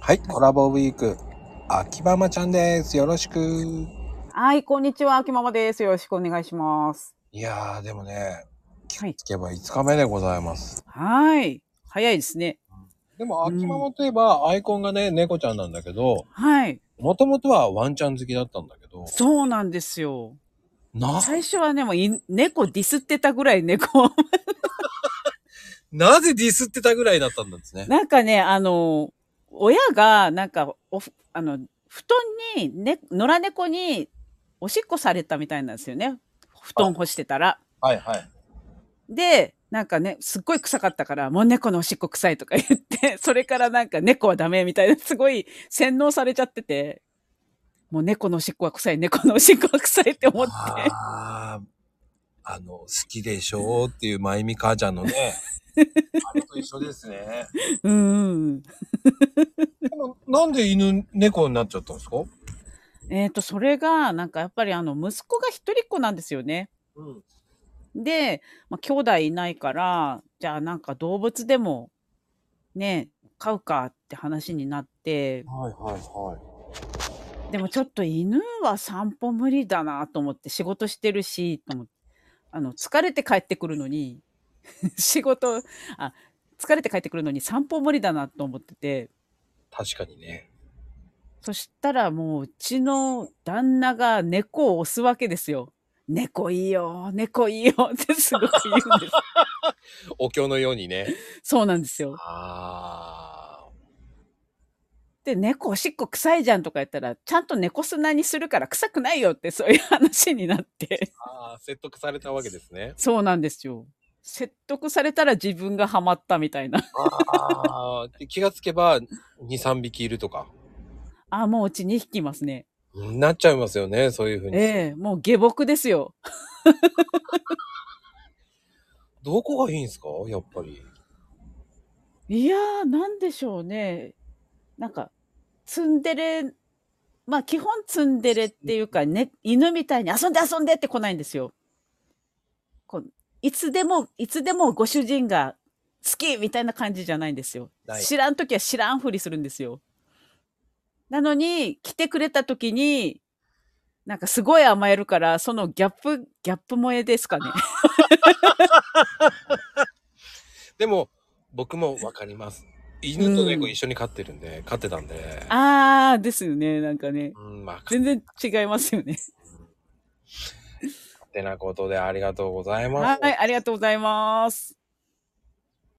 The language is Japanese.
はい、コラボウィーク、秋ママちゃんです。よろしく。はい、こんにちは。秋ママです。よろしくお願いします。いやー、でもね、はいつ。けば5日目でございます。はい。早いですね。でも、秋ママといえば、アイコンがね、猫ちゃんなんだけど、はい。もともとはワンちゃん好きだったんだけど、そうなんですよ。な、最初はね、もうい、猫ディスってたぐらい猫。 なぜディスってたぐらいだったんですね。なんかね、あの、親が、なんか、おふ、あの、布団に、ね、野良猫におしっこされたみたいなんですよね。布団干してたら。はいはい。で、なんかね、すっごい臭かったから、もう猫のおしっこ臭いとか言って、 それからなんか猫はダメみたいな、すごい洗脳されちゃってて、もう猫のおしっこは臭い、猫のおしっこは臭いって思って。あーあの、好きでしょうっていう、まゆみ母ちゃんのね、あれと一緒ですね。 うんうんでもなんで犬、猫になっちゃったんですかうん。えっ、と、それが、なんかやっぱりあの、息子が一人っ子なんですよね。うん。で、まあ、兄弟いないから、じゃあなんか動物でも、ね、飼うかって話になって、はいはいはい。でもちょっと犬は散歩無理だなと思って仕事してるしと思ってあの疲れて帰ってくるのに 仕事あ疲れて帰ってくるのに散歩無理だなと思ってて確かにね。そしたらもううちの旦那が猫を押すわけですよ。猫いいよ猫いいよってすごく言うんでお経のようにね。す。そうなんですよ。あで猫おしっこ臭いじゃんとか言ったらちゃんと猫砂にするから臭くないよってそういう話になって。。ーあー、説得されたわけですねそうなんですよ。説得されたら自分がハマったみたいな。ああ、で気がつけば2、3匹いるとか、あ、もううち2匹いますね。なっちゃいますよね、そういうふうに。ええもう下僕ですよ。どこがいいんですかやっぱり。いやー、なんでしょうね。なんか、ツンデレ、まあ基本ツンデレっていうか、ね、犬みたいに遊んで遊んでって来ないんですよ。こういつでも、いつでもご主人が好きみたいな感じじゃないんですよない。知らんときは知らんふりするんですよ。なのに、来てくれたときに、なんかすごい甘えるから、そのギャップ、ギャップ萌えですか ね。でも、僕もわかります。犬と猫一緒に飼ってるんで、飼ってたんで。あー、ですよね。なんかね。うん、まあ、勝全然違いますよね。手なことでありがとうございます。はい、ありがとうございます。